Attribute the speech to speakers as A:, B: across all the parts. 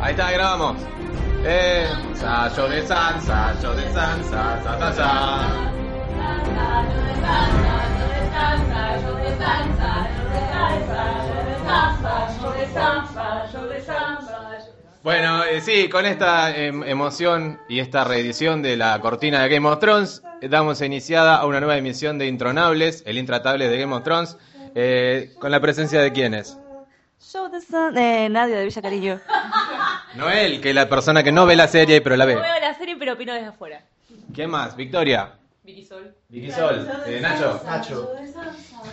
A: Ahí está, grabamos. Eh, Sayo de San, Sayo de San, Sa, Sa, Sa, Sa. Bueno, eh, sí, con esta em, emoción y esta reedición de la cortina de Game of Thrones, eh, damos iniciada a una nueva emisión de Intronables, el intratable de Game of Thrones, eh, con la presencia de quiénes.
B: Show the sun. Eh, nadie de Villa Cariño.
A: Noel, que es la persona que no ve la serie, pero la ve.
C: No veo la serie, pero opino desde afuera.
A: ¿Qué más? Victoria.
C: Vicky Sol.
A: Vicky Sol. Eh, Nacho.
D: Nacho.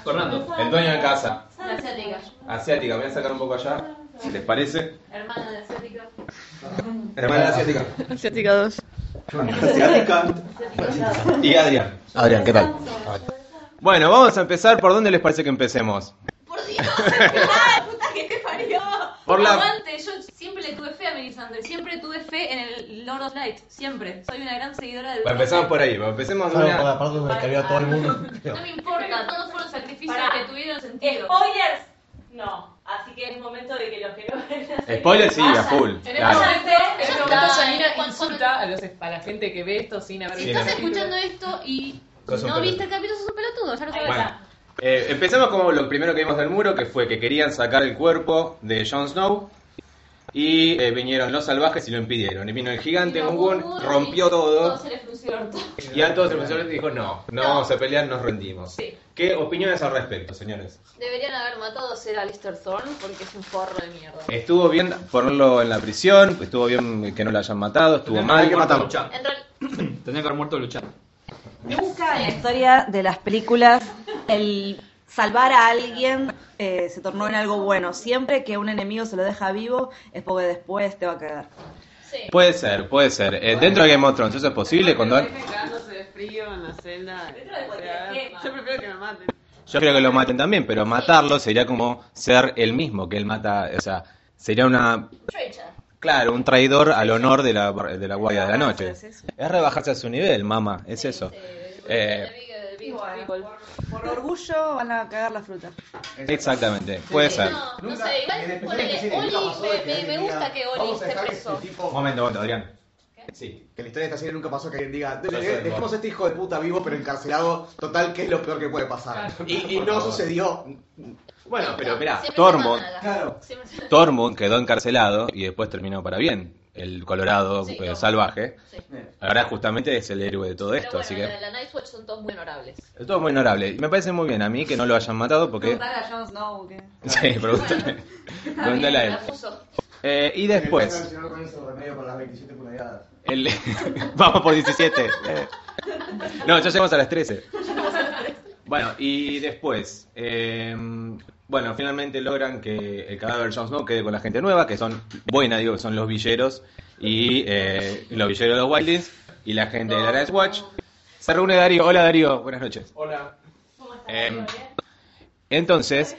A: Fernando. El dueño de casa.
E: La asiática.
A: Asiática, me voy a sacar un poco allá, si les parece.
E: Hermana de asiática.
A: Hermana asiática.
B: Asiática 2.
A: Y Adrián.
D: Adrián, ¿qué tal?
A: Bueno, vamos a empezar. ¿Por dónde les parece que empecemos?
E: Por Dios, la puta que te parió.
A: Por la-
E: Aguante, yo siempre le tuve fe a Melisandre, siempre tuve fe en el Lord of Light, siempre. Soy una gran seguidora del.
A: Bueno, empezamos por ahí. bueno, Empecemos de
D: Claro, por
A: una...
D: la parte donde cabía todo el mundo.
E: No me importa, todos fueron sacrificios
C: Pará.
E: que tuvieron sentido.
C: Eh, ¿Spoilers? No. Así que es momento de que los que no ven la serie-
A: Spoiler sí, a full.
E: En
C: En este
A: claro.
C: momento, en este momento, Janina
E: Cuando-
C: insulta a, los, a la gente que ve esto sin haber
E: Si
A: Sí,
C: visto
E: estás
A: no.
C: el libro.
E: escuchando esto y
A: Sos un
E: no
A: pelotudo.
E: viste el capítulo, sos un pelotudo, ya lo
C: Ahí
E: sabes.
A: Bueno, eh, empezamos como lo primero que vimos del muro, que fue que querían sacar el cuerpo de Jon Snow. Y eh, vinieron los salvajes y lo impidieron. Y vino el gigante
E: Vino
A: Gungun,
E: Gungun
A: rompió
E: y
A: todo.
E: Todo se le frunció el orto.
A: Y Alto Defensor dijo: No, no vamos a pelear, nos rendimos.
E: Sí.
A: ¿Qué opiniones al respecto, señores?
E: Deberían haber matado a Sir Alistair Thorne porque es un forro de mierda.
A: Estuvo bien ponerlo en la prisión, estuvo bien que no lo hayan matado, estuvo
F: Ah,
G: Tendrían
A: mal.
G: que haber muerto luchando.
E: En realidad,
G: Tendrían que haber muerto luchando.
B: Nunca en la historia de las películas el salvar a alguien eh, se tornó en algo bueno. Siempre que un enemigo se lo deja vivo es porque después te va a cagar.
E: sí.
A: Puede ser, puede ser. Eh, dentro de Game of Thrones, ¿eso es posible? Cuando...
H: cagándose de frío en la celda.
C: de cualquier esquema.
H: yo prefiero que me maten.
A: Yo creo que lo maten también, pero matarlo sería como ser el mismo que él mata, o sea, sería una...
E: Treacher.
A: Claro, un traidor al honor de la, de la Guardia de la Noche.
B: Sí, sí.
A: Es rebajarse a su nivel, mamá, es eso. Eh,
B: Por orgullo van a cagar la fruta.
A: exactamente, puede ser.
E: No, no sé, igual ponele, Oli, me, me, me gusta que Oli esté preso.
A: Un momento, un momento, Adrián. Sí.
I: Que en la historia de esta serie nunca pasó que alguien diga,
A: Yo soy el
I: dejemos
A: Borg".
I: a este hijo de puta vivo pero encarcelado, total que es lo peor que puede pasar. Y, y
A: Por
I: no
A: favor.
I: sucedió.
A: Bueno, pero mirá,
E: Siempre
A: Tormund,
E: se mandan acá. Siempre se-
A: Tormund quedó encarcelado y después terminó para bien, el colorado
E: Sí,
A: eh,
E: Tormund.
A: salvaje.
E: Sí.
A: Ahora justamente es el héroe de todo
E: Pero
A: esto,
E: bueno,
A: así que...
E: La, la Night's Watch son todos muy honorables.
A: Es todo muy honorable. Y me parece muy bien a mí que no lo hayan matado porque...
B: Preguntale a Jon Snow que-
A: Sí, pregúntale. Pregúntale a él.
E: La puso.
A: Eh, y después,
I: Señor con ese remedio para las 27 pulgadas.
A: el... vamos por 17. Eh. No, ya llegamos a las 13. Bueno, y después, eh, bueno, finalmente logran que el cadáver de Jon Snow quede con la gente nueva, que son buena, digo, que son los villeros y eh, los villeros de los Wildings y la gente de la Night's Watch. Se reúne Darío. Hola Darío, buenas noches.
G: Hola.
A: Em, entonces,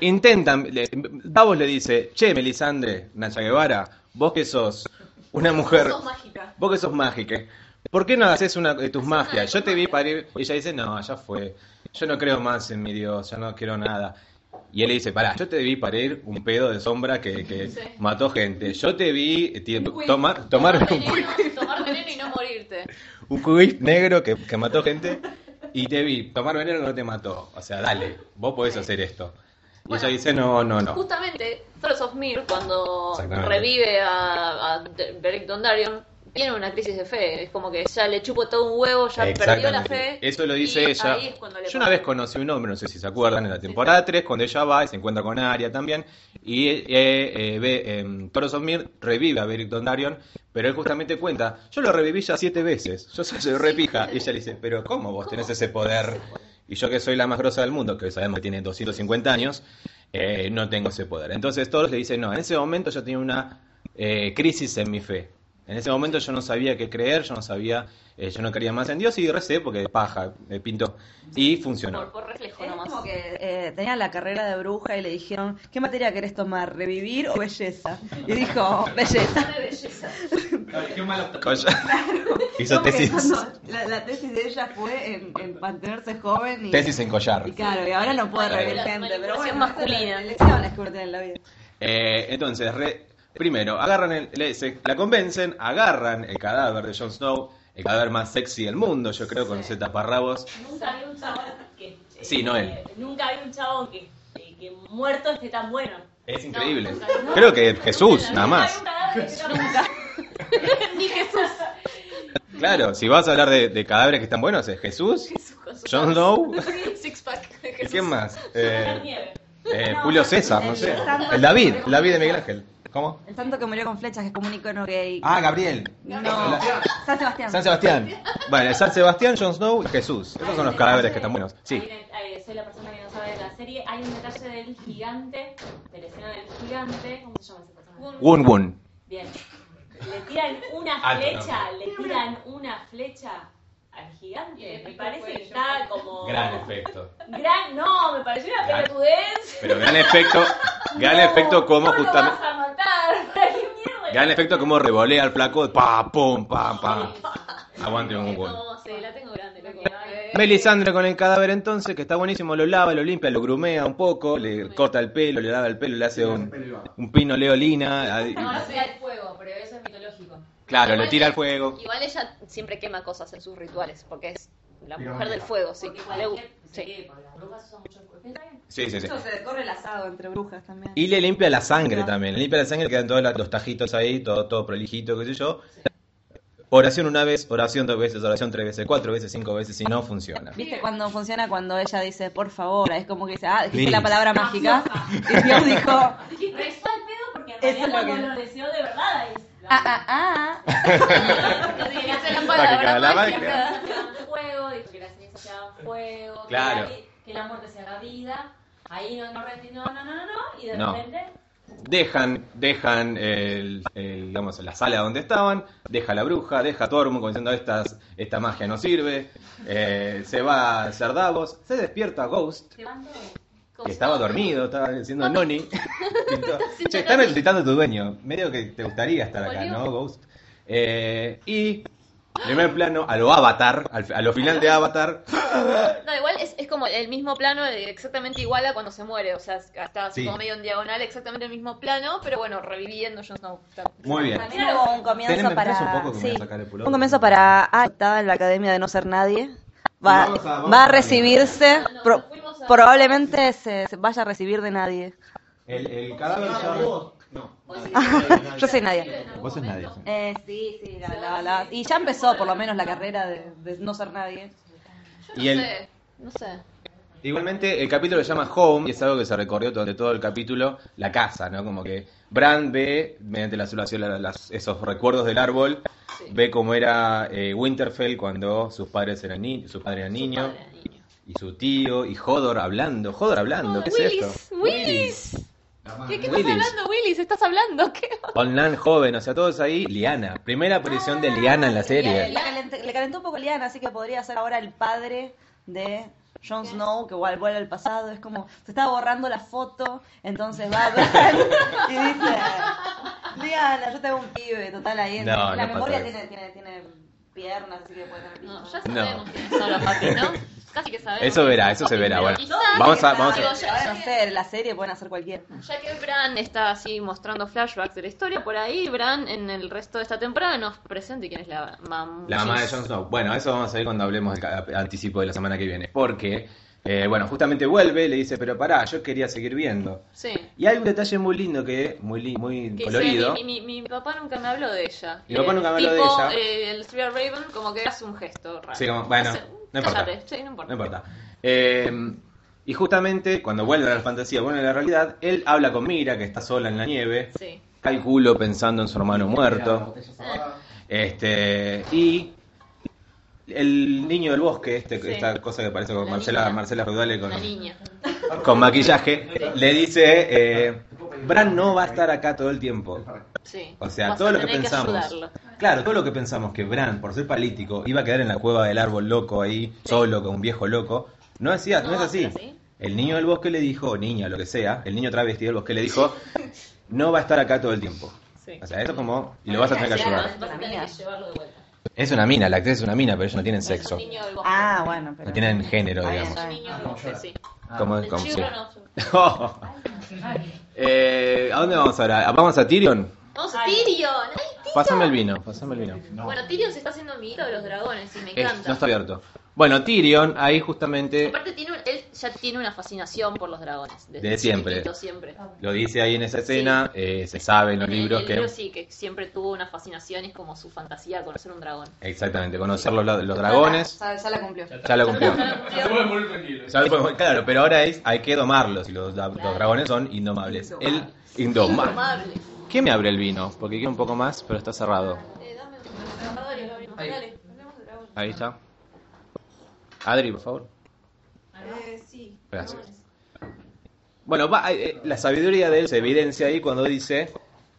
A: intentan, le- Davos le dice, che, Melisandre, Nacha Guevara, vos que sos una mujer,
E: Sos mágica.
A: vos que sos mágica, ¿eh? ¿por qué no haces una de tus magias? Yo te vi parir, y ella dice, no, ya fue, yo no creo más en mi Dios, yo no quiero nada. Y él le dice, pará, yo te vi parir un pedo de sombra que, que
E: Sí.
A: mató gente, yo te vi eh, ti- tomar, tomar un
E: veneno, tomar veneno y no morirte.
A: un cubit negro que, que mató gente y te vi tomar veneno que no te mató. O sea, dale, vos podés hacer esto. Y
E: Bueno.
A: ella dice, no, no, no.
E: Justamente, Thrust of Mir, cuando
A: Exactamente.
E: revive a, a D- Beric Dondarrion, tiene una crisis de fe. Es como que ya le chupó todo un huevo, ya perdió la fe.
A: Eso lo dice
E: y
A: ella.
E: ahí es cuando le
A: Yo una
E: pasa.
A: vez conocí un hombre, no sé si se acuerdan, en la temporada 3, cuando ella va y se encuentra con Aria también. Y eh, eh, ve, em, Thoros of Mir revive a Beric Dondarrion, pero él justamente cuenta, yo lo reviví ya siete veces, yo soy- soy repija. Y ella le dice, pero ¿cómo vos tenés ese poder? Y yo que soy la más grosa del mundo, que sabemos que tiene 250 años, eh, no tengo ese poder. Entonces Thoros le dice, no, en ese momento yo tenía una eh, crisis en mi fe. En ese momento yo no sabía qué creer, yo no sabía, eh, yo no creía más en Dios y recé porque paja, me pinto. Y
E: Por,
A: funcionó.
E: por reflejo
B: Es
E: nomás.
B: como que eh, tenía la carrera de bruja y le dijeron, ¿qué materia querés tomar? ¿Revivir o belleza? Y dijo, belleza.
E: Una belleza.
A: Hizo
B: Como que
A: tesis,
B: cuando La, la tesis de ella fue en, en mantenerse joven y,
A: tesis en collar.
B: y claro, y ahora no puede
A: Manipula-
B: revivir gente, pero bueno,
E: manipulación masculina.
B: esta es la elección que tienen en la vida.
A: Eh, entonces, re- Primero, agarran el- le- se- la convencen, agarran el cadáver de Jon Snow, el cadáver más sexy del mundo, yo creo, con Z taparrabos.
C: Nunca había un chabón que. eh,
A: Sí, no él.
C: Nunca había un chabón que, eh, que muerto esté tan bueno.
A: Es increíble.
C: No, nunca, no.
A: Creo que Jesús, nada más.
C: Nunca había un cadáver que esté tan bueno. Ni Jesús.
A: Claro, si vas a hablar de, de cadáveres que están buenos, es Jesús, Jon Snow,
E: Six pack.
A: ¿y quién más?
C: Super
A: Eh,
C: nieve.
A: eh, Julio César, no sé. El David, el David de Miguel Ángel. ¿Cómo?
B: El santo que murió con flechas, que es como un icono gay.
A: Ah, Gabriel.
B: no. San Sebastián.
A: San Sebastián. Bueno, San Sebastián, Jon Snow y Jesús. Esos son los cadáveres que están buenos. Sí.
C: Hay una- hay- soy la persona que no sabe de la serie. Hay un detalle del gigante, de la escena del gigante. ¿Cómo se llama ese personaje?
A: Wun Wun.
C: Bien. Le tiran una
A: Ah,
C: flecha, le tiran una flecha al gigante. Me parece que está como.
A: efecto.
C: Gran- no, me pareció una
A: Gran-
C: pelotudez.
A: Pero gran efecto, gran
C: No,
A: efecto como
C: no lo
A: justamente.
C: vas a matar. ¿Qué mierda?
A: Gran efecto como revolea el flaco. Pa, pum, pam, pam. Aguante un Wun.
E: No, sí, la tengo grande, loco.
A: Melisandre con el cadáver entonces, que está buenísimo, lo lava, lo limpia, lo grumea un poco, le corta el pelo, le lava el pelo, le hace un, un pino leolina, ahí-
E: Ah,
G: Ahora soy al fuego, pero eso es mitológico.
A: claro, lo tira al fuego.
E: Igual ella siempre quema cosas en sus rituales, porque es la
D: Digamos,
E: mujer del fuego, sí.
G: Porque
E: Le
G: cualquier...
E: gu- sí.
G: sí, porque las brujas usan mucho el fuego. Está bien.
A: Sí, sí, sí.
B: Eso se corre el asado entre brujas también.
A: Y le limpia la sangre también, le limpia la sangre, quedan todos la- los tajitos ahí, todo, todo prolijito, qué sé yo. Oración una vez, oración dos veces, oración tres veces, cuatro veces, cinco veces, y no funciona.
B: ¿Viste cuando funciona cuando ella dice, por favor? Es como que dice, ah, dijiste
A: Sí.
B: la palabra mágica. Y Dios dijo, ah,
C: Rezó al pedo porque en
B: Eso
C: realidad
B: es lo
C: cuando
B: que-
C: lo deseó de verdad. ahí se la-
B: ah, ah.
E: Así que hace la
A: Para que cada
E: palabra
A: la
E: mágica.
A: marca.
C: quedaban fuego, dijo que las cenizas quedaban fuego,
A: Claro.
C: que, la, que la muerte se haga vida. Ahí no, no, reti- no, no, no, no, y de
A: No.
C: repente
A: Dejan, dejan el, el, digamos, la sala donde estaban, deja la bruja, deja a Tormund como diciendo estas, esta magia no sirve, eh, se va a Cerdavos, se despierta Ghost,
C: se van todos.
A: que estaba dormido, estaba diciendo noni. che,
E: Sin tocar.
A: están necesitando tu dueño, medio que te gustaría estar acá, ¿no, Ghost? Eh, y, primer plano, a lo Avatar, al, a lo final de Avatar,
E: No, igual es, es como el mismo plano, eh, exactamente igual a cuando se muere. O sea, está
A: Sí.
E: como medio en diagonal, exactamente el mismo plano, pero bueno, reviviendo Jon Snow. Está-
A: muy bien.
B: También hubo un comienzo
A: Teneme,
B: para.
A: ¿me prestas un poco que me
B: sí,
A: voy a sacar el pullover?
B: un comienzo para. Ah, estaba en la Academia de No Ser Nadie. Va,
I: Vamos a- vamos
B: va a
I: a-
B: recibirse.
E: No, no,
B: pro-
E: nos fuimos a-
B: probablemente se, se vaya a recibir de nadie.
A: El, el cadáver
I: No,
A: ya-
I: Ah, vos. No. Ah,
B: Yo soy nadie.
A: Vos sos nadie. sí.
B: Eh, sí, sí, la, la, la- Y ya empezó por lo menos la carrera de, de No Ser Nadie.
E: Yo no
A: Y el-
E: sé, no sé.
A: Igualmente, el capítulo se llama Home, y es algo que se recorrió durante todo el capítulo, la casa, ¿no? Como que Bran ve, mediante la solación, la- las- esos recuerdos del árbol, ve cómo era eh, Winterfell cuando sus padres eran ni sus padres eran niños,
E: Padre, niño.
A: y su tío, y Hodor hablando, Hodor hablando, ¿qué
E: Willis,
A: es esto?
E: Willis. ¿Qué, qué estás
A: Willis.
E: hablando, Willis? ¿Estás hablando? ¿Qué?
A: Online joven, o sea, todos ahí, Liana, primera aparición de Liana
E: Ah,
A: en la
B: Le,
A: serie.
B: le calent- le calentó un poco Liana, así que podría ser ahora el padre de Jon Snow, que igual vuelve al pasado. Es como, se estaba borrando la foto, entonces va a ver y dice: Liana, yo tengo un pibe, total ahí. en-
A: No,
B: la
A: no
B: memoria
A: pasa
B: tiene, tiene, tiene piernas, así que puede tener
E: No,
B: hijos.
E: ya
A: No.
E: sabemos quién es Solo Papi, ¿no? Casi que sabemos.
A: Eso verá, eso se verá, bueno. Vamos a- vamos a-
E: Digo, ya-
B: Ahora hacer la serie, pueden hacer cualquiera.
E: Ya que Bran está así mostrando flashbacks de la historia, por ahí Bran en el resto de esta temporada nos presenta quién es la mamá.
A: La mamá de Jon Snow. Bueno, eso vamos a ver cuando hablemos del ca- anticipo de la semana que viene. Porque, eh, bueno, justamente vuelve, le dice, pero pará, yo quería seguir viendo.
E: Sí.
A: Y hay un detalle muy lindo que, muy, li- muy
E: Que
A: colorido.
E: dice, mi, mi- mi papá nunca me habló de ella.
A: Mi papá nunca me habló de
E: tipo,
A: ella.
E: eh, el Three Raven como que hace un gesto raro.
A: Sí, como, bueno, no importa.
E: cállate, sí, no importa.
A: No importa. Eh, y justamente cuando vuelve a la fantasía, vuelve a la realidad, él habla con Mira, que está sola en la nieve,
E: Sí.
A: calculo pensando en su hermano muerto. Este, y el niño del bosque, este,
E: Sí.
A: esta cosa que parece con
E: La
A: Marcela,
E: niña.
A: Marcela Feudale con,
E: Una niña.
I: Ah,
A: con maquillaje, le dice, eh, Bran no va a estar acá todo el tiempo.
E: Sí.
A: O sea,
E: Vas
A: todo
E: a
A: lo que
E: tener
A: pensamos.
E: ayudarlo.
A: claro, todo lo que pensamos que Bran, por ser político, iba a quedar en la cueva del árbol loco ahí, solo, con un viejo loco, no es, no,
E: No,
A: es así.
E: pero sí.
A: El niño del bosque le dijo, o niña, lo que sea, el niño travesti del bosque le dijo, no va a estar acá todo el tiempo.
E: Sí.
A: O sea, esto es como, y lo vas a tener que ayudar.
C: Vas a tener
B: Mira.
C: que llevarlo de vuelta.
A: Es una mina, la actriz es una mina, pero ellos no tienen
E: Es
A: sexo.
E: un niño del bosque.
B: Ah, bueno, pero.
A: No tienen género,
B: Está bien,
A: digamos.
B: está
E: Un
B: bien.
E: niño del bosque, sí.
I: Ah,
A: Como-
E: El
A: como- Oh.
E: children
A: sí.
E: of-
A: Eh, ¿A dónde vamos ahora? ¿Vamos a Tyrion?
E: Vamos,
C: Ay.
E: Tyrion. Ay, Tyrion.
A: Pásame el vino, pásame el vino.
D: No.
E: Bueno, Tyrion se está haciendo mi hito de los dragones y me
A: Es-
E: encanta.
A: no está abierto. Bueno, Tyrion, ahí justamente
E: Aparte, tiene un- él ya tiene una fascinación por los dragones. Desde
A: De siempre.
E: chiquito, siempre.
A: lo dice ahí en esa escena, eh, se sabe en los
E: En
A: libros
E: el
A: que...
E: libro sí, que siempre tuvo una fascinación y es como su fantasía conocer un dragón.
A: Exactamente, conocer los, los dragones,
B: Ya, ya la cumplió.
A: ya lo cumplió.
F: Ya se pueden morir tranquilos.
A: Ya lo podemos- Claro, pero ahora es, hay que domarlos y los, da- los dragones son indomables. El indomable.
E: Indomable.
A: ¿Quién me abre el vino? Porque quiero un poco más, pero está cerrado.
E: Eh, dame un dale, lo abrimos.
F: Ahí.
E: Dale, hablemos de dragones.
A: Ahí está. Adri, por favor.
E: Ah,
G: Eh, sí.
A: Gracias. Bueno, va- eh, la sabiduría de él se evidencia ahí cuando dice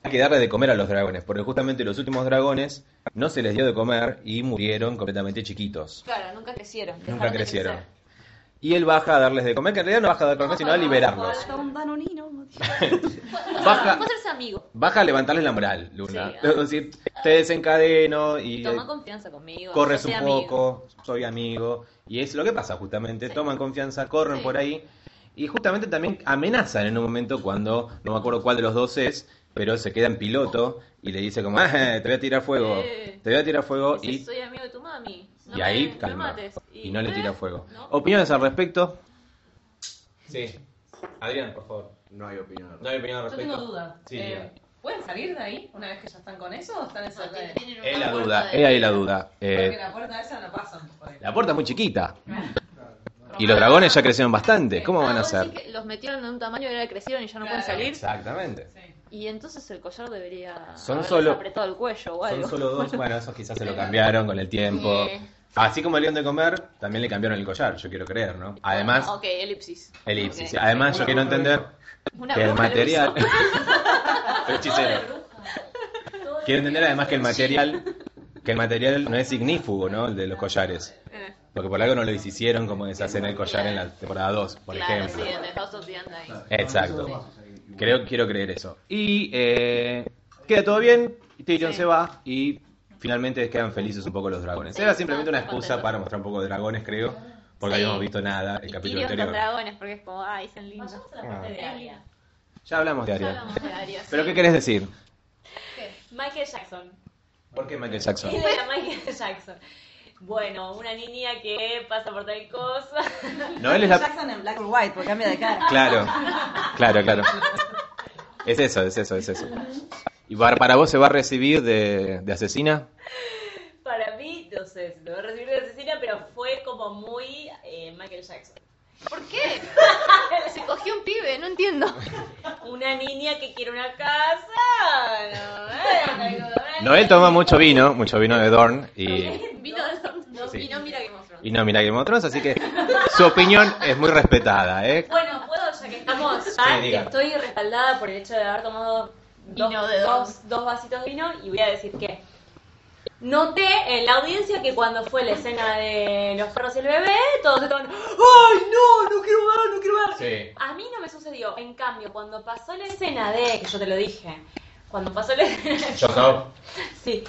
A: hay que darle de comer a los dragones, porque justamente los últimos dragones no se les dio de comer y murieron completamente chiquitos.
E: Claro, nunca crecieron.
A: Nunca
E: dejaron de
A: crecieron.
E: crecer.
A: Y él baja a darles de comer, que en realidad no baja a dar de comer, sino a liberarlos.
B: Falta un danonino.
A: Baja,
E: Puedes hacerse amigo.
A: baja a levantarles la moral, Luna.
E: Sí, ah.
A: es decir, te desencadeno y eh,
E: Toma confianza conmigo.
A: corres
E: yo
A: un
E: soy amigo.
A: poco, soy amigo. Y es lo que pasa justamente,
E: Sí.
A: toman confianza, corren
E: Sí.
A: por ahí. Y justamente también amenazan en un momento cuando, no me acuerdo cuál de los dos es, pero se queda en piloto y le dice como, "Ah, te voy a tirar fuego,
E: Eh.
A: te voy a tirar fuego.
E: Dice,
A: Y,
E: soy amigo de tu mami. No
A: y
E: me-
A: ahí
E: me
A: calma.
E: mates.
A: Y no le tira
E: ¿Eh?
A: fuego.
E: No.
A: ¿Opiniones al respecto? Sí. Adrián, por favor.
I: No hay opinión.
A: No hay opinión al
G: Yo
A: respecto.
G: tengo duda.
A: Sí,
G: Eh,
A: diga.
G: ¿Pueden salir de ahí una vez que ya están con eso o están encerrados?
E: Tienen-
G: Porque
E: tienen una
A: Es la
E: puerta
A: duda,
E: de-
A: es ahí la duda. Eh,
G: la puerta esa no pasan por ahí.
A: La puerta es muy chiquita. Y los dragones ya crecieron bastante. ¿Cómo
E: Ah,
A: van a
E: vos
A: ser?
E: decís que los metieron en un tamaño y ahora crecieron y ya no
G: Claro.
E: pueden salir.
A: Exactamente.
G: Sí.
E: Y entonces el collar debería
A: Son
E: haberles
A: solo-
E: apretado el cuello o algo.
A: Son solo dos. Bueno, esos quizás se lo cambiaron con el tiempo.
E: Eh.
A: Así como le dieron de comer, también le cambiaron el collar, yo quiero creer, ¿no? Además,
E: Ah, Ok, elipsis.
A: elipsis.
E: Ok.
A: Además, yo quiero entender
E: Una
A: que el
E: bruja lo
A: material.
E: hizo.
A: Hechicero. Quiero entender además que el material. Que el material no es ignífugo, ¿no? El de los collares.
E: Eh,
A: Porque por algo no lo deshicieron como deshacen el collar en la temporada 2, por
E: claro,
A: ejemplo.
E: sí, en The House of the Undying.
A: Exacto. Creo, quiero creer eso. Y eh, queda todo bien, Tyrion
E: Sí.
A: se va y finalmente quedan felices un poco los dragones.
E: Sí,
A: Era simplemente una
E: están
A: excusa
E: contentos.
A: para mostrar un poco de dragones, creo, porque
E: Sí.
A: habíamos visto nada el
E: Y
A: capítulo
E: Tyrion con
A: anterior. Ah.
E: dragones porque es como, ay, son lindos.
G: Vayamos a la parte de Aria.
A: Ya hablamos de
E: Ya
A: Arya.
E: hablamos de Arias.
A: ¿Pero qué querés decir?
C: Michael Jackson.
A: ¿Por qué Michael Jackson?
C: Él era Michael Jackson. Bueno, una niña que pasa por tal cosa.
A: No, él es la...
B: Jackson en black or white, porque cambia de cara.
A: Claro, claro, claro. Es eso, es eso, es eso. ¿Y para para vos se va a recibir de, de asesina?
C: Para mí, no sé, si lo voy a recibir de asesina, pero fue como muy eh, Michael Jackson.
E: ¿Por qué? Se cogió un pibe, no entiendo.
C: Una niña que quiere una casa. No, eh, no,
A: Noel toma mucho vino, mucho vino de Dorn y
E: Vino, no,
A: Sí.
E: vino mira Game of Thrones.
A: Y no mira Game of Thrones, así que su opinión es muy respetada, ¿eh?
C: Bueno, puedo, ya que estamos. Ah, que
A: diga.
C: estoy respaldada por el hecho de haber tomado dos,
E: Vino de
C: dos, dos vasitos de vino y voy a decir que noté en la audiencia que cuando fue la escena de los perros y el bebé, todos estaban ¡Ay, no! ¡No quiero ver! ¡No quiero ver!
A: Sí.
C: A mí no me sucedió. En cambio, cuando pasó la escena de, que yo te lo dije, cuando pasó la escena Sí.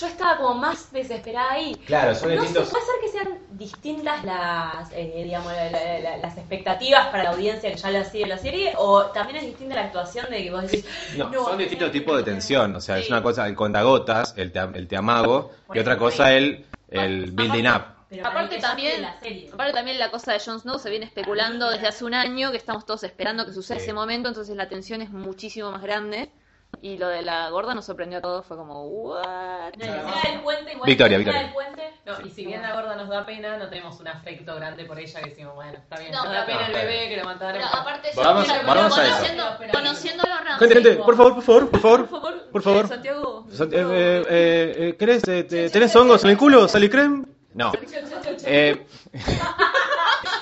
C: Yo estaba como más desesperada ahí.
A: Claro, son
C: No sé,
A: distintos.
C: puede ser que sean distintas las, eh, digamos, la- la- la- las expectativas para la audiencia que ya la sigue la serie, o también es distinta la actuación de que vos decís.
A: No,
C: "No,
A: son
C: acá
A: distintos
C: hay que
A: tipos de
C: tener-
A: tensión. O sea, es
E: Sí.
A: una cosa el contagotas, el te, el te amago,
C: Por
A: y otra
C: ejemplo,
A: cosa
C: ahí.
A: el, el building up.
C: Pero para
E: Aparte
C: mí que ya
E: también,
C: sigue la serie.
E: aparte también la cosa de Jon Snow se viene especulando desde hace un año, que estamos todos esperando que suceda
A: Sí.
E: ese momento, entonces la tensión es muchísimo más grande. Y lo de la gorda nos sorprendió a todos, fue como, ¿what?
C: No, encima del puente, igual,
A: Victoria,
C: encima
A: Victoria.
C: del puente,
G: No, y si bien la gorda nos da pena, no tenemos un afecto grande por ella que decimos, bueno, está bien,
E: No,
G: nos da
E: pero-
G: pena el bebé que lo mataron.
E: Pero aparte,
A: Vamos-
E: pero
A: vamos a eso.
E: conociendo,
G: Pero-
E: conociendo a los Ramsey,
A: Gente, gente, por favor, por favor, por
E: por
A: favor.
E: favor,
A: por favor.
E: Santiago.
A: Son- eh, eh, eh, eh, ¿Querés? eh, te- ¿Tenés hongos en el culo? ¿Salicrem? No. Eh,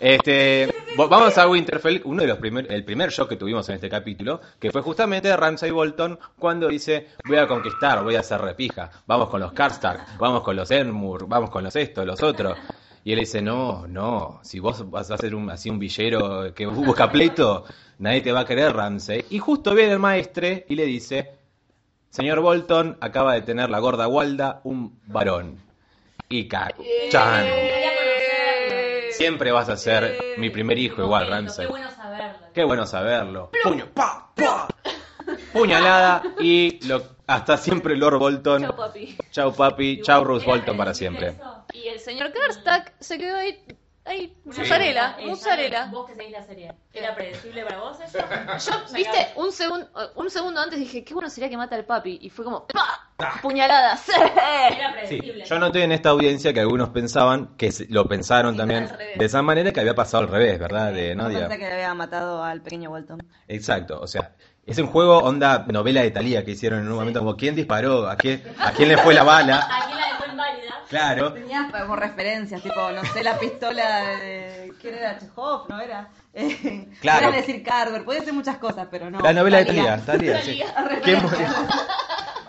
A: este, vo- vamos a Winterfell, uno de los primer, el primer shock que tuvimos en este capítulo, que fue justamente Ramsay Bolton cuando dice voy a conquistar, voy a hacer repija, vamos con los Karstark, vamos con los Elmur, vamos con los esto, los otros. Y él dice, no, no, si vos vas a ser un, así un villero que busca pleito, nadie te va a querer, Ramsay. Y justo viene el maestre y le dice, señor Bolton, acaba de tener la gorda Walda un varón. Y cago. Chan.
C: Quería conocerlo.
A: Siempre vas a ser mi primer hijo
C: Qué
A: igual,
C: bonito,
A: Ramsay.
C: Qué bueno saberlo.
A: Qué bueno saberlo. Puño, pa, pa. puñalada y lo- hasta siempre Lord Bolton.
E: Chao, papi.
A: Chau papi, chau Ruth Bolton para siempre.
E: Y el señor Karstack se quedó ahí. Ahí,
C: Una
E: mozzarella,
C: pregunta, eh,
E: mozzarella.
C: Javier, Vos que seguís la serie. ¿Era predecible para vos eso?
E: Yo, viste, un segundo, un segundo antes dije, qué bueno sería que mata al papi. Y fue como,
A: Ah.
E: ¡pah! Puñalada, ¡sí!
C: Era
A: Sí,
C: predecible.
A: yo noté en esta audiencia que algunos pensaban, que se- lo pensaron
E: Sí,
A: también
E: al revés.
A: de esa manera, que había pasado al revés, ¿verdad? De
B: No
A: Nadia.
B: pensé que le había matado al pequeño Walton.
A: Exacto, o sea, es un juego onda novela de Talía que hicieron en un momento, como quién disparó, a, qué, a quién le fue la bala,
C: Aquí la dejó inválida.
A: claro.
B: Tenías como referencias, tipo, no sé, la pistola de... ¿Quién era? Chekhov, ¿no era? Eh,
A: Claro.
B: Podrías decir Carver, puede ser muchas cosas, pero no.
A: La novela de
B: Thalía.
A: Talía, Talía, sí. ¿Quién murió?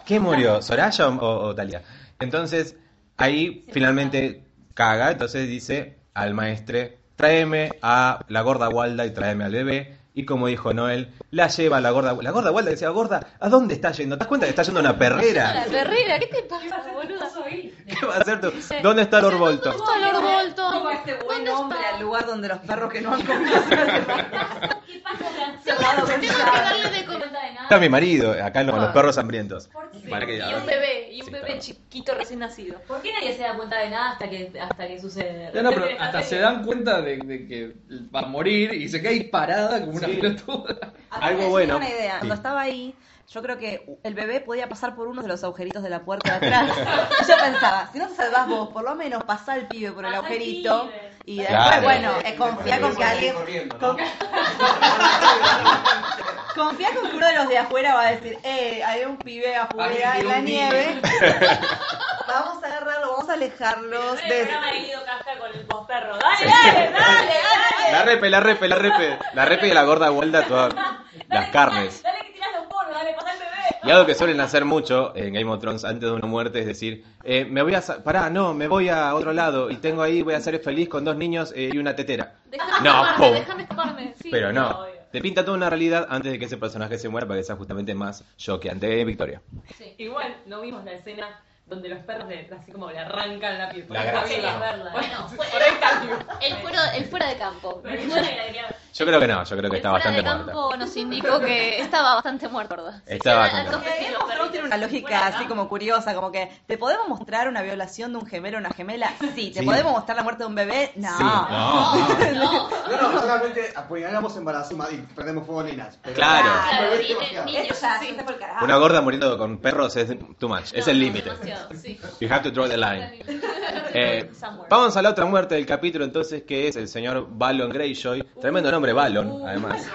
A: ¿Quién murió? ¿Soraya o, o Talía? Entonces, ahí finalmente caga, entonces dice al maestre, tráeme a la gorda Walda y tráeme al bebé. Y como dijo Noel, la lleva a la gorda. La gorda Walda decía, gorda, ¿a dónde está yendo? ¿Te das cuenta que está yendo a una
E: La
A: perrera?
E: perrera, ¿qué te
C: ¿Qué pasa,
E: pasa, boluda?
C: boludo? Soy.
A: ¿Qué va a hacer tú? ¿Dónde está Lord Bolton?
E: ¿Dónde está Lord Bolton?
B: Como este buen
E: ¿Dónde
B: hombre
E: está?
B: al lugar donde los perros que no han comido se van a llevar.
C: ¿Qué pasa,
B: Se van a dormir.
E: darle de
C: No me cuenta de
A: Está
C: nada.
A: mi marido, acá con los perros hambrientos.
C: ¿Por qué?
A: Para que-
E: Y un bebé, y un
A: Sí,
E: bebé
A: perdón.
E: chiquito recién nacido.
C: ¿Por qué nadie se da cuenta de nada hasta que, hasta que sucede?
F: No, no, pero hasta se dan cuenta de, de que va a morir y se queda ahí parada como una
A: Sí.
F: pelotuda.
B: Acá
A: Algo
B: les digo
A: bueno.
B: Una idea. Cuando
A: Sí.
B: estaba ahí, yo creo que el bebé podía pasar por uno de los agujeritos de la puerta de atrás. Y yo pensaba, si no te salvás vos, por lo menos pasá el pibe por el
C: Pasá al
B: agujerito.
C: pibe.
B: Y después,
A: Claro.
B: bueno, eh, confía con que alguien.
I: Corriendo, ¿no?
B: con- Confía con que uno de los de afuera va a decir, eh, hay un pibe afuera
F: Alguien
B: en
F: tiró
B: la
F: un
B: nieve. Vamos a agarrarlo, vamos a alejarlos.
C: El
B: De...
C: programa de Guido Casca con el posperro. ¡Dale, dale, dale, dale!
A: La repe, la repe, la repe. La repe y la gorda Walda, todas las
C: Dale,
A: carnes.
C: Dale que tirás los porros, dale, pasá el bebé.
A: Y algo que suelen hacer mucho en Game of Thrones antes de una muerte es decir, eh, me voy a... sa- Pará, no, me voy a otro lado y tengo ahí, voy a ser feliz con dos niños eh, y una tetera.
E: Déjame
A: No,
E: escaparme,
A: pum.
E: déjame escaparme. Sí.
A: Pero no,
C: obvio.
A: te pinta toda una realidad antes de que ese personaje se muera para que sea justamente más choqueante. Eh, Victoria.
G: Igual, no vimos la escena donde los perros de detrás así como le arrancan la piel.
A: La
G: Por ahí
A: grasa.
G: querías verla.
E: Bueno, fue-
G: por ahí cambió.
E: El fuera, el fuera de campo.
C: Pero yo me la quería-
A: Yo creo que no, yo creo que está
E: el fuera
A: bastante
E: de
A: muerta.
E: campo nos indicó que estaba bastante muerto, ¿verdad?
A: Está bastante muerta.
B: Game of Thrones tiene una lógica así como curiosa, como que ¿te podemos mostrar una violación de un gemelo o una gemela? Sí, ¿te
A: Sí.
B: podemos mostrar la muerte de un bebé? No.
A: Sí, no.
I: No, no, solamente apuñalamos embarazo y prendemos fuego nenas. pero-
A: Claro.
E: Claro,
I: Pero es
E: tiene
I: demasiado.
E: niños,
B: Eso ya,
E: sí.
B: se fue el carajo.
A: Una gorda muriendo con perros es too much, es el
E: No,
A: límite.
E: demasiado, sí.
A: You have to draw the line. Eh,
E: Somewhere.
A: vamos a la otra muerte del capítulo entonces, que es el señor Balon Greyjoy. Tremendo nombre
E: Uh.
A: Balon, además.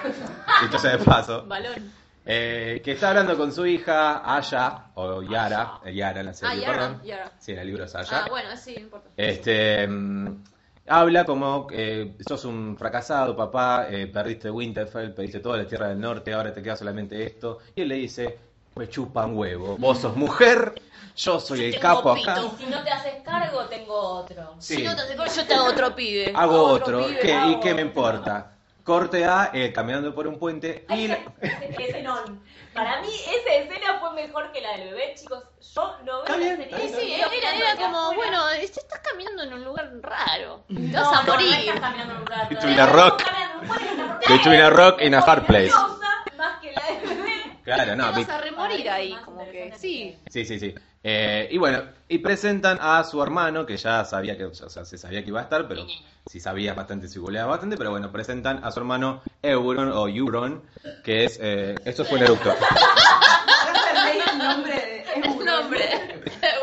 A: Entonces de paso.
E: Balón.
A: Eh, que está hablando con su hija, Aya, o Yara, eh, Yara en la
E: Ah,
A: serie,
E: y ahora,
A: perdón.
E: y ahora.
A: Sí, en el libro es Aya.
E: Ah, bueno, sí, no importa.
A: Este mm, habla como eh, sos un fracasado, papá, eh, perdiste Winterfell, perdiste toda la tierra del norte, ahora te queda solamente esto. Y él le dice, me chupa un huevo. Vos sos mujer, yo soy el
E: Tengo
A: capo
E: pito.
A: acá.
C: Y si no te haces cargo, tengo otro.
A: Sí.
E: Si no te hace cor- yo te hago otro pibe.
A: Hago otro,
E: pibe.
A: ¿qué?
E: Hago
A: ¿y qué me
E: otro.
A: importa? Corte A, eh, caminando por un puente y... la-
C: Ese non. Para mí, esa escena fue mejor que la del bebé, chicos. Yo no veo
A: Está
C: la
A: bien,
C: serie.
A: está bien,
E: Sí, sí, era, era como, bueno, es- estás caminando en un lugar raro. Te
C: No,
E: vas a
C: no, no
E: morir.
C: estás caminando en un lugar.
A: Between a rock. Between a rock and a hard place.
C: Más que la del bebé.
A: Claro, no,
E: te vas
A: vi-
E: a remorir ahí,
C: Más
E: como que
C: interesante
E: sí.
A: sí, sí, sí. Eh, y bueno, y presentan a su hermano, que ya sabía que, o sea, se sabía que iba a estar, pero sí sabía bastante, se googleaba bastante, pero bueno, presentan a su hermano Euron o Euron, que es... eh, esto fue un eructo.
B: el nombre de...
E: El nombre,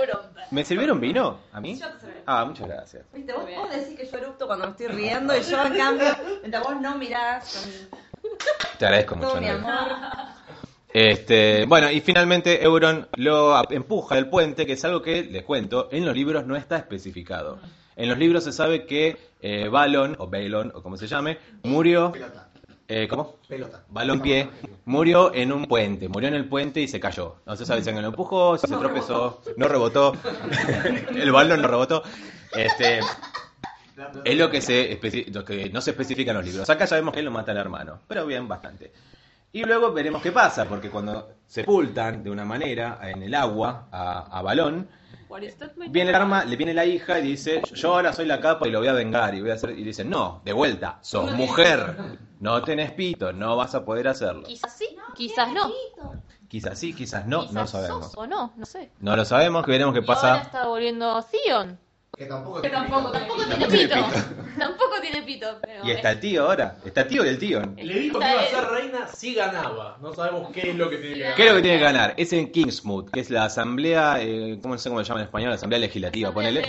E: Europa.
A: ¿Me sirvieron vino a mí?
C: Yo te serví.
A: Ah, muchas gracias.
B: Viste, vos, vos decís que yo erupto cuando me estoy riendo y yo en cambio, mientras vos no mirás con
A: Te agradezco mucho.
B: todo mi
A: Noel.
B: amor.
A: Este, bueno, y finalmente Euron lo ap- empuja del puente, que es algo que, les cuento, en los libros no está especificado. En los libros se sabe que eh, Balon, o Balon, o como se llame, murió...
I: Pelota.
A: eh, ¿Cómo?
I: Pelota.
A: Balón pie, murió en un puente, murió en el puente y se cayó. No se sabe si alguien lo empujó, si se tropezó, no rebotó. el balón no rebotó. Este, es lo que, se especi- lo que no se especifica en los libros. Acá sabemos que él lo mata al hermano, pero bien, bastante. Y luego veremos qué pasa, porque cuando sepultan de una manera en el agua a, a Balón, viene el arma, le viene la hija y dice, yo ahora soy la capa y lo voy a vengar. Y, voy a hacer... y le dicen, no, de vuelta, sos mujer. No tenés pito, no vas a poder hacerlo.
E: Quizás sí, quizás no.
A: Quizás sí, quizás no,
E: quizás
A: no
E: sos
A: sabemos.
E: o no, no sé.
A: No lo sabemos, que veremos qué
E: Y ahora
A: pasa.
E: está volviendo Theon.
I: Que tampoco.
G: Que tampoco
E: Tampoco
G: te
E: tiene pito. Tampoco tiene pito, pero.
A: Y está el tío ahora. Está el tío y el tío.
D: Le dijo que iba a ser reina si ganaba. No sabemos qué es lo que tiene que ganar.
A: ¿Qué es lo que tiene que ganar? Es en Kingsmood, que es la asamblea, eh, ¿cómo, no sé cómo se llama en español, la asamblea legislativa, ponele,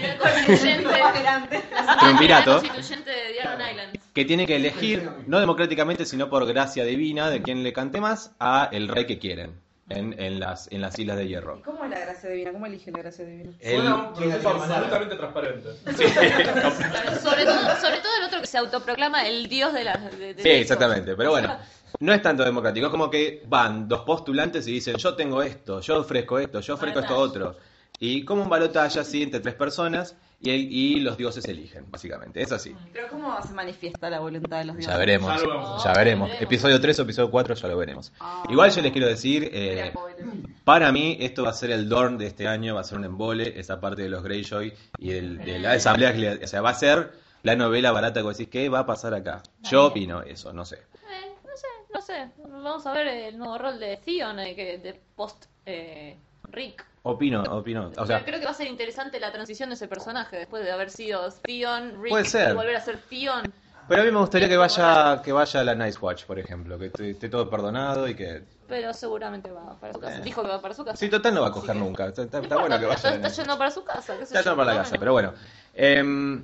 A: Triunvirato.
E: constituyente de Diaron Island.
A: que tiene que elegir, no democráticamente, sino por gracia divina de quien le cante más, a el rey que quieren en, en las, en las Islas de Hierro.
J: ¿Cómo es la gracia divina? ¿Cómo eligen la gracia divina?
D: Suena un
I: ¿Quién
D: proceso
I: la tiene
D: absolutamente transparente.
E: Sobre todo, sobre todo el otro que se autoproclama el dios de las. de- de-
A: Sí, exactamente, pero bueno, no es tanto democrático, es como que van dos postulantes y dicen, yo tengo esto, yo ofrezco esto, yo ofrezco esto otro. Y como un balotaje así entre tres personas y, el- y los dioses eligen, básicamente, es así.
J: Pero ¿cómo se manifiesta la voluntad de los dioses?
A: Ya veremos.
D: Ya lo vemos.
A: Ya veremos. Episodio 3 o episodio 4 ya lo veremos. Ah. Igual yo les quiero decir, eh, para mí esto va a ser el Dorn de este año, va a ser un embole, esa parte de los Greyjoy y el, de la asamblea, que le- o sea, va a ser la novela barata que vos decís, ¿qué va a pasar acá? Yo opino eso, no sé.
E: Eh, no sé, no sé. Vamos a ver el nuevo rol de Theon, eh, que de post eh, Rick.
A: Opino, opino. O sea,
E: creo que va a ser interesante la transición de ese personaje después de haber sido Theon, Rick
A: Puede ser.
E: y volver a ser Theon.
A: pero a mí me gustaría que vaya que vaya a la Nice Watch, por ejemplo, que esté, esté todo perdonado y que...
E: Pero seguramente va para su casa.
A: Eh.
E: Dijo que va para su casa.
A: Sí, total no va a coger
E: Así que-
A: nunca. Está, está-
E: No
A: está bueno
E: importa,
A: que vaya. a la
E: pero Está
A: Nice
E: yendo para su casa. qué
A: Ya
E: sé yo,
A: estamos para la
E: por lo
A: casa,
E: menos.
A: pero bueno. Em,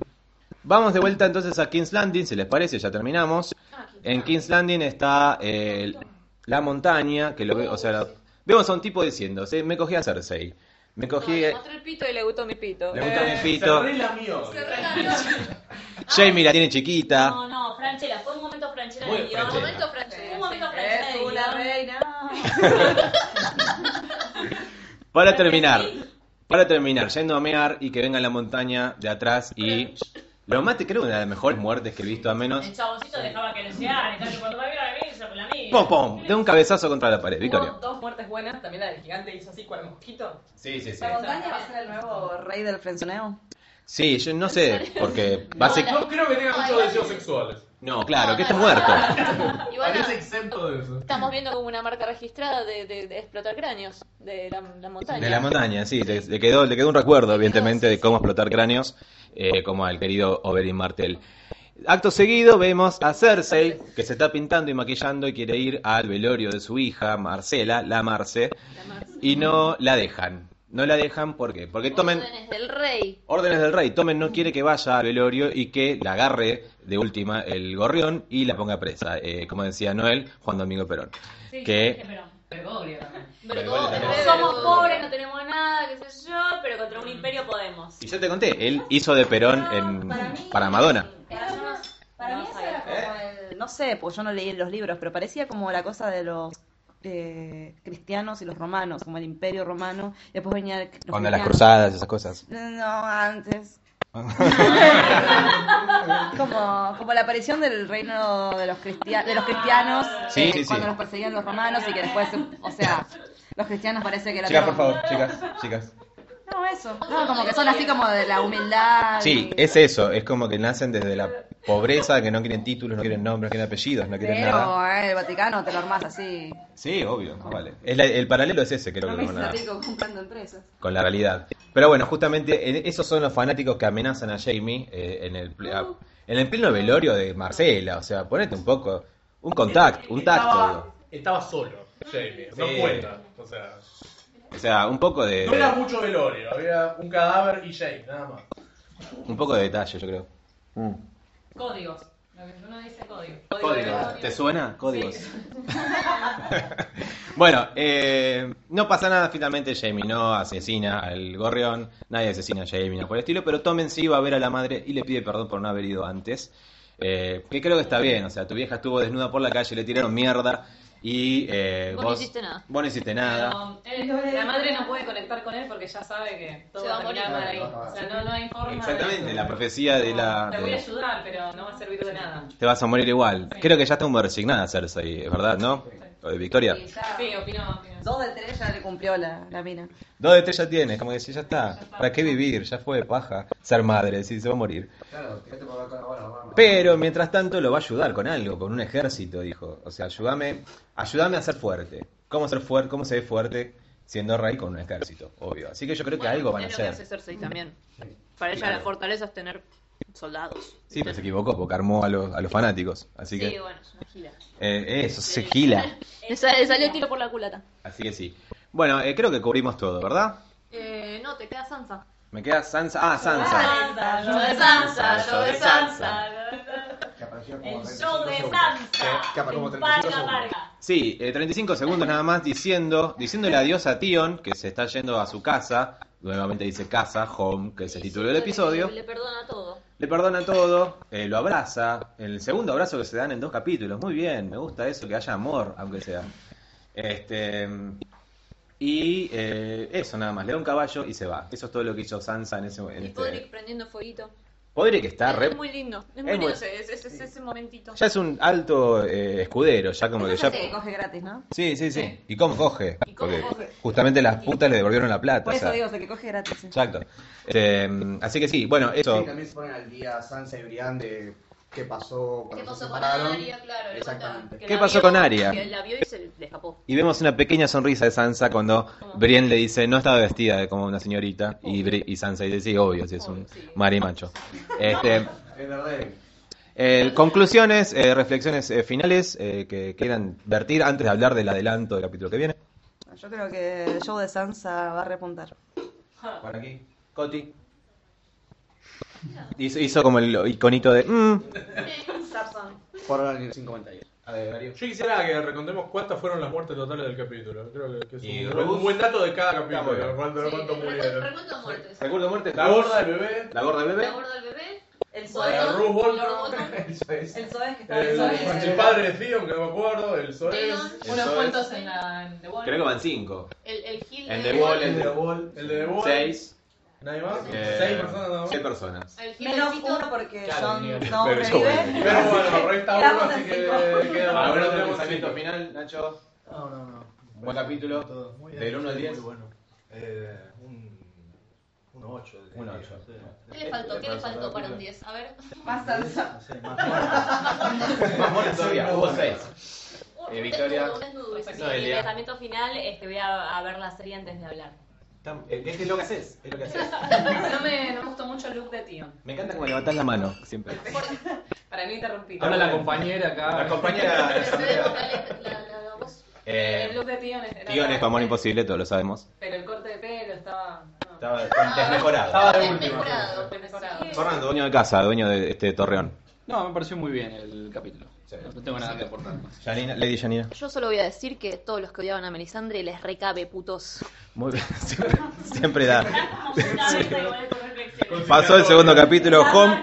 A: vamos de vuelta entonces a King's Landing, si les parece, ya terminamos.
E: Ah,
A: En King's Landing está eh, la montaña, que lo ve- o sea, la- vemos a un tipo diciendo, "Sí, me cogí a Cersei, me
E: No,
A: cogí...
E: le mostré el pito y le gustó mi pito.
A: Le gusta
D: Eh,
A: mi pito.
D: cerré la mío.
A: Jamie la tiene chiquita.
C: No, no, Franchela, fue un momento Franchela
D: Muy
C: de guión.
D: Franchella.
E: momento, Francesca.
C: Un momento Franchella de guión.
A: Para terminar, para terminar, yendo a mear y que venga la montaña de atrás y... Lo mate, creo, una de las mejores muertes que he visto, a menos...
C: El chaboncito dejaba que desear, entonces cuando va a ver a mí, se la mía.
A: ¡Pum, pum! De un cabezazo contra la pared, Victoria.
G: Hubo dos muertes buenas, también la del gigante hizo así, cual mosquito.
A: Sí, sí, sí.
J: ¿La montaña va a ser el nuevo rey del frenzoneo?
A: Sí, yo no sé, porque básicamente...
D: No creo que tenga muchos deseos sexuales.
A: No, claro, que está muerto.
E: Y bueno,
D: Parece exento de eso.
E: estamos viendo como una marca registrada de, de- de explotar cráneos de la, la montaña.
A: De la montaña, sí, le, le quedó, le quedó un recuerdo, evidentemente, de cómo explotar cráneos, eh, como al querido Oberyn Martel. Acto seguido vemos a Cersei, que se está pintando y maquillando y quiere ir al velorio de su hija, Marcela, la Marce, y no la dejan. No la dejan, ¿por qué? Porque tomen...
E: Órdenes del rey.
A: Órdenes del rey, Tomen no quiere que vaya al velorio y que la agarre de última el gorrión y la ponga presa, eh, como decía Noel, Juan Domingo Perón. que
G: Bergoglio también.
E: Pero
A: igual
E: todo-
A: también.
C: Somos pobres, no tenemos nada, qué sé yo, pero contra
G: Mm.
C: un imperio podemos.
A: Y ya te conté, él hizo de Perón en, para Madonna.
C: Para unos-
J: Para mí
C: no
J: eso
C: sabía.
J: era como
A: ¿Eh?
J: el- no sé, pues yo no leí los libros, pero parecía como la cosa de los eh, cristianos y los romanos, como el imperio romano, y después venía el- los
A: Cuando las
J: cristianos.
A: cruzadas, esas cosas.
J: No, antes. como, como la aparición del reino de los, cristia- de los cristianos
A: Sí,
J: eh,
A: sí, sí.
J: cuando los perseguían los romanos y que después, o sea, los cristianos parece que eran...
A: Chicas, por favor, chicas, chicas.
J: No, eso. No, como que son así como de la humildad.
A: Sí,
J: y-
A: es eso, es como que nacen desde la pobreza, que no quieren títulos, no quieren nombres, no quieren apellidos, no quieren nada.
J: Pero eh, el Vaticano te lo armás así.
A: Sí, obvio, más vale. Es la- el paralelo es ese, creo
J: No
A: que
J: me
A: con la,
J: estratégico comprando empresas.
A: con la realidad. Pero bueno, justamente en- esos son los fanáticos que amenazan a Jamie eh, en, el, ple- a- en el pleno velorio de Marcela, o sea, ponete un poco, un contacto, un tacto. digo.
D: Estaba, estaba solo, Jamie. No
A: Sí. Eh.
D: cuenta. O sea,
A: O sea, un poco de,
D: no era
A: de-
D: mucho velorio. Había un cadáver y Jamie, nada más.
A: un poco de detalle, yo creo.
G: Códigos. Lo que uno dice código.
A: Códigos. ¿Te suena? Códigos. bueno, eh, no pasa nada finalmente. Jamie no asesina al gorrión. Nadie asesina a Jamie, nada por el estilo. Pero Tommen sí va a ver a la madre y le pide perdón por no haber ido antes. Eh, que creo que está bien. O sea, tu vieja estuvo desnuda por la calle, le tiraron mierda. Y eh,
E: Vos no hiciste nada.
A: Vos no hiciste nada.
G: No, él- eh, la madre no puede conectar con él porque ya sabe que todo
E: Se
G: va
E: va
G: a
E: a morir.
G: terminar mal ahí. O sea, no, no hay forma. de-
A: Exactamente, la profecía de la.
G: Te voy a
A: de-
G: ayudar, pero no va a servir de nada.
A: te vas a morir igual. Creo que ya está un resignada Cersei, ¿verdad? ¿No? ¿O de Victoria?
G: Sí, opino, opino.
B: Dos de tres ya le cumplió la, la mina.
A: Dos de tres ya tienes, como decir, ya está. ¿Para qué vivir? Ya fue paja. Ser madre, sí, se va a morir.
I: Claro, este quédate por acá ahora, vamos.
A: Pero mientras tanto lo va a ayudar con algo, con un ejército, dijo. O sea, ayúdame, ayúdame a ser fuerte. ¿Cómo ser fuerte? ¿Cómo se ve fuerte siendo rey con un ejército? Obvio. Así que yo creo que algo van a
E: es lo que hace
A: hacer.
E: Cersei también. Para ella la fortaleza es tener soldados.
A: Sí, pero se equivocó porque armó a los, a los fanáticos. Así que
E: Sí, bueno, es una gila.
A: eh, eso se gila.
E: Le sa- le salió tiro por la culata.
A: Así que sí. Bueno, eh, creo que cubrimos todo, ¿verdad?
E: Eh, no, te queda Sansa.
A: Me queda Sansa. Ah, Sansa.
C: Sansa,
E: Yo de Sansa, yo de Sansa.
I: Que apareció como
C: El
I: 35
C: show de
I: segundos. Eh, Que- que
C: Sansa.
I: apareció como 35
C: Varga,
I: segundos.
C: Varga.
A: Sí, eh, 35 segundos nada más diciendo, diciéndole adiós a Tion, que se está yendo a su casa. Nuevamente dice casa, home, que es el título del episodio.
E: Le perdona todo.
A: Le perdona todo, eh, lo abraza. El segundo abrazo que se dan en dos capítulos. Muy bien, me gusta eso, que haya amor, aunque sea. Este. Y eh, eso nada más, le da un caballo y se va. Eso es todo lo que hizo Sansa en ese en
E: Y
A: este...
E: Podrick prendiendo fueguito.
A: Podrick está
E: es,
A: re...
E: muy lindo.
A: muy-
E: Es muy lindo ese, ese- ese- ese momentito.
A: Ya es un alto eh, escudero, ya como que ya...
B: Que coge gratis, ¿no?
A: Sí, sí, sí. ¿Y cómo coge?
G: ¿Y cómo
A: Porque
G: coge?
A: justamente las putas le devolvieron la plata.
B: Por
A: o
B: eso
A: sea,
B: digo, o sea, que coge gratis. sí.
A: Exacto. Este, así que sí, bueno, eso...
I: Sí, también se ponen al día Sansa y Brian de qué pasó cuando
E: ¿Qué
I: se
E: pasó con
I: separaron.
E: Aria? Claro, le
I: Exactamente.
E: cuenta que
A: ¿Qué
E: la
A: pasó
E: vio-
A: con Aria?
E: que La vio y se le escapó.
A: Y vemos una pequeña sonrisa de Sansa cuando Brienne le dice, no estaba vestida de como una señorita. Y, Bri- y Sansa dice, sí, obvio, si es un marimacho. Este,
I: Es verdad. eh.
A: eh, conclusiones, eh, reflexiones eh, finales eh, que quedan vertir antes de hablar del adelanto del capítulo que viene.
B: Yo creo que el show de Sansa va a repuntar.
A: Por aquí, Coti. Hizo, hizo como el iconito de... "Mm".
I: Por ahora ni 51. A ver, Darío.
D: Yo quisiera que recontemos cuántas fueron las muertes totales del capítulo. Creo que, que es
A: Y
D: un,
A: Rose.
D: un buen dato de cada
A: Está muy
D: capítulo.
A: bien.
D: Cuánto, cuánto murieron.
E: Recuento muertes.
A: Recuerdo muerte,
D: La gorda del bebé.
A: La gorda del bebé.
E: La gorda del bebé.
B: El
E: Zoe.
D: La Ruth Bolton.
E: Lord Bolton.
I: Eso es.
B: El Zoe que está
D: El, el padre de Theon, que no me acuerdo. El Soez.
E: Theon.
A: Eso es.
G: Unos cuentos en la en The Wall.
A: Creo que van cinco.
E: El, el Gil.
A: El
E: de-
A: de Wall,
D: El de Bol. El de Bol.
A: Seis.
D: ¿Nadie más?
A: eh,
D: Seis personas nada más.
A: Seis personas.
E: El Gil
B: Menos
E: del Fito.
B: uno porque
D: Claro,
B: Jon
D: ni-
B: Snow
A: pero es
B: revive.
A: joven.
D: Pero bueno, resta uno,
B: Quedamos
D: así
B: en
D: que
B: cinco.
D: queda
A: A ver,
D: bueno,
A: otro
D: tenemos
A: pensamiento
D: cinco.
A: final, Nacho.
D: No, no, no.
A: Buen capítulo. Del uno al diez.
D: Muy bueno. Eh, un, un 8.
A: Un ocho.
E: ¿Qué le faltó? ¿Qué le faltó para un 10? A ver.
B: Más Sansa.
D: No sé, más
A: Más monos todavía, hubo seis.
E: Un
A: Eh, Victoria.
E: desnudo, un desnudo. Y
A: Noelia.
E: el pensamiento final, este, voy a, a ver la serie antes de hablar.
A: eh, Es lo que haces, es lo que haces.
G: No me, no me gustó mucho el look de Tion.
A: Me encanta como levantás la mano, siempre.
G: Para no interrumpir.
F: Ahora la compañera acá.
A: La compañera.
E: Pero se ve la, la, la, la voz.
G: El
A: Eh,
G: look de Tion era.
A: Tion es amor imposible, todos lo sabemos.
G: Pero el corte de pelo estaba. no.
A: Estaba desmejorado.
E: Es mejorado.
G: Fue mejorado.
A: Fernando, dueño de casa, dueño de este torreón.
F: No, me pareció muy bien el capítulo. No tengo nada que aportar.
A: Janina, Lady Janina.
E: Yo solo voy a decir que todos los que odiaban a Melisandre les recabe, putos.
A: Muy bien, siempre, siempre da.
D: monos.
A: Pasó el segundo capítulo, Home.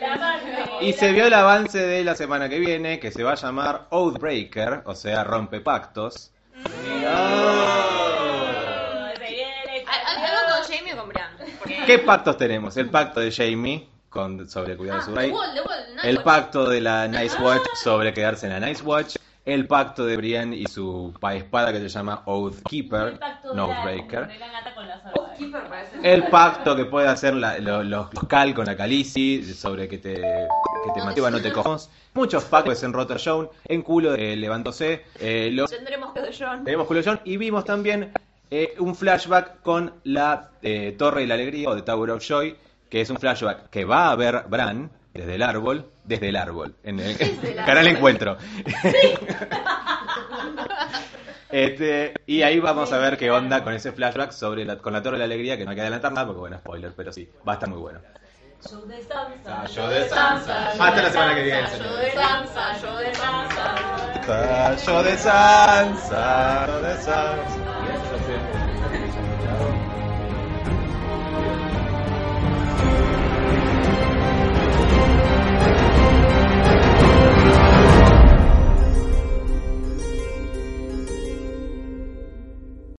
C: La madre.
A: Y se vio el avance de la semana que viene, que se va a llamar Oathbreaker, o sea, rompe pactos.
G: Mm.
A: Ah.
C: Se viene.
E: ¿Algo con Jamie o con Bran? Porque-
A: ¿Qué pactos tenemos? El pacto de Jamie con, sobre cuidar a
E: Ah,
A: su
E: The
A: rey.
E: Wall, The Wall, nada
A: El
E: más.
A: pacto de la Nice Watch sobre quedarse en la Nice Watch. El pacto de Brienne y su espada que se llama Oath Keeper,
C: El pacto de
A: no
C: la-
A: Breaker.
C: De la gata con la zorra.
A: El pacto que puede hacer la- lo- los, los Cal con la Khaleesi sobre que te, que te mate o no te cojamos. Muchos pactos en Rotter Joan, en culo eh, levantóse. eh, los-
E: Tendremos que de John.
A: Tenemos Julio John y vimos también eh, un flashback con la eh, Torre de la Alegría o de Tower of Joy, que es un flashback que va a ver Bran desde el árbol, desde el árbol, en el canal Encuentro. Este, y ahí vamos a ver qué onda con ese flashback sobre la- con la Torre de la Alegría, que no hay que adelantar nada porque bueno, spoiler, pero sí, va a estar muy bueno.
C: Yo de Sansa.
A: Yo de Sansa. Hasta la semana que viene,
E: Yo
A: señores.
E: de Sansa, yo de Sansa.
A: Yo de Sansa, yo de Sansa.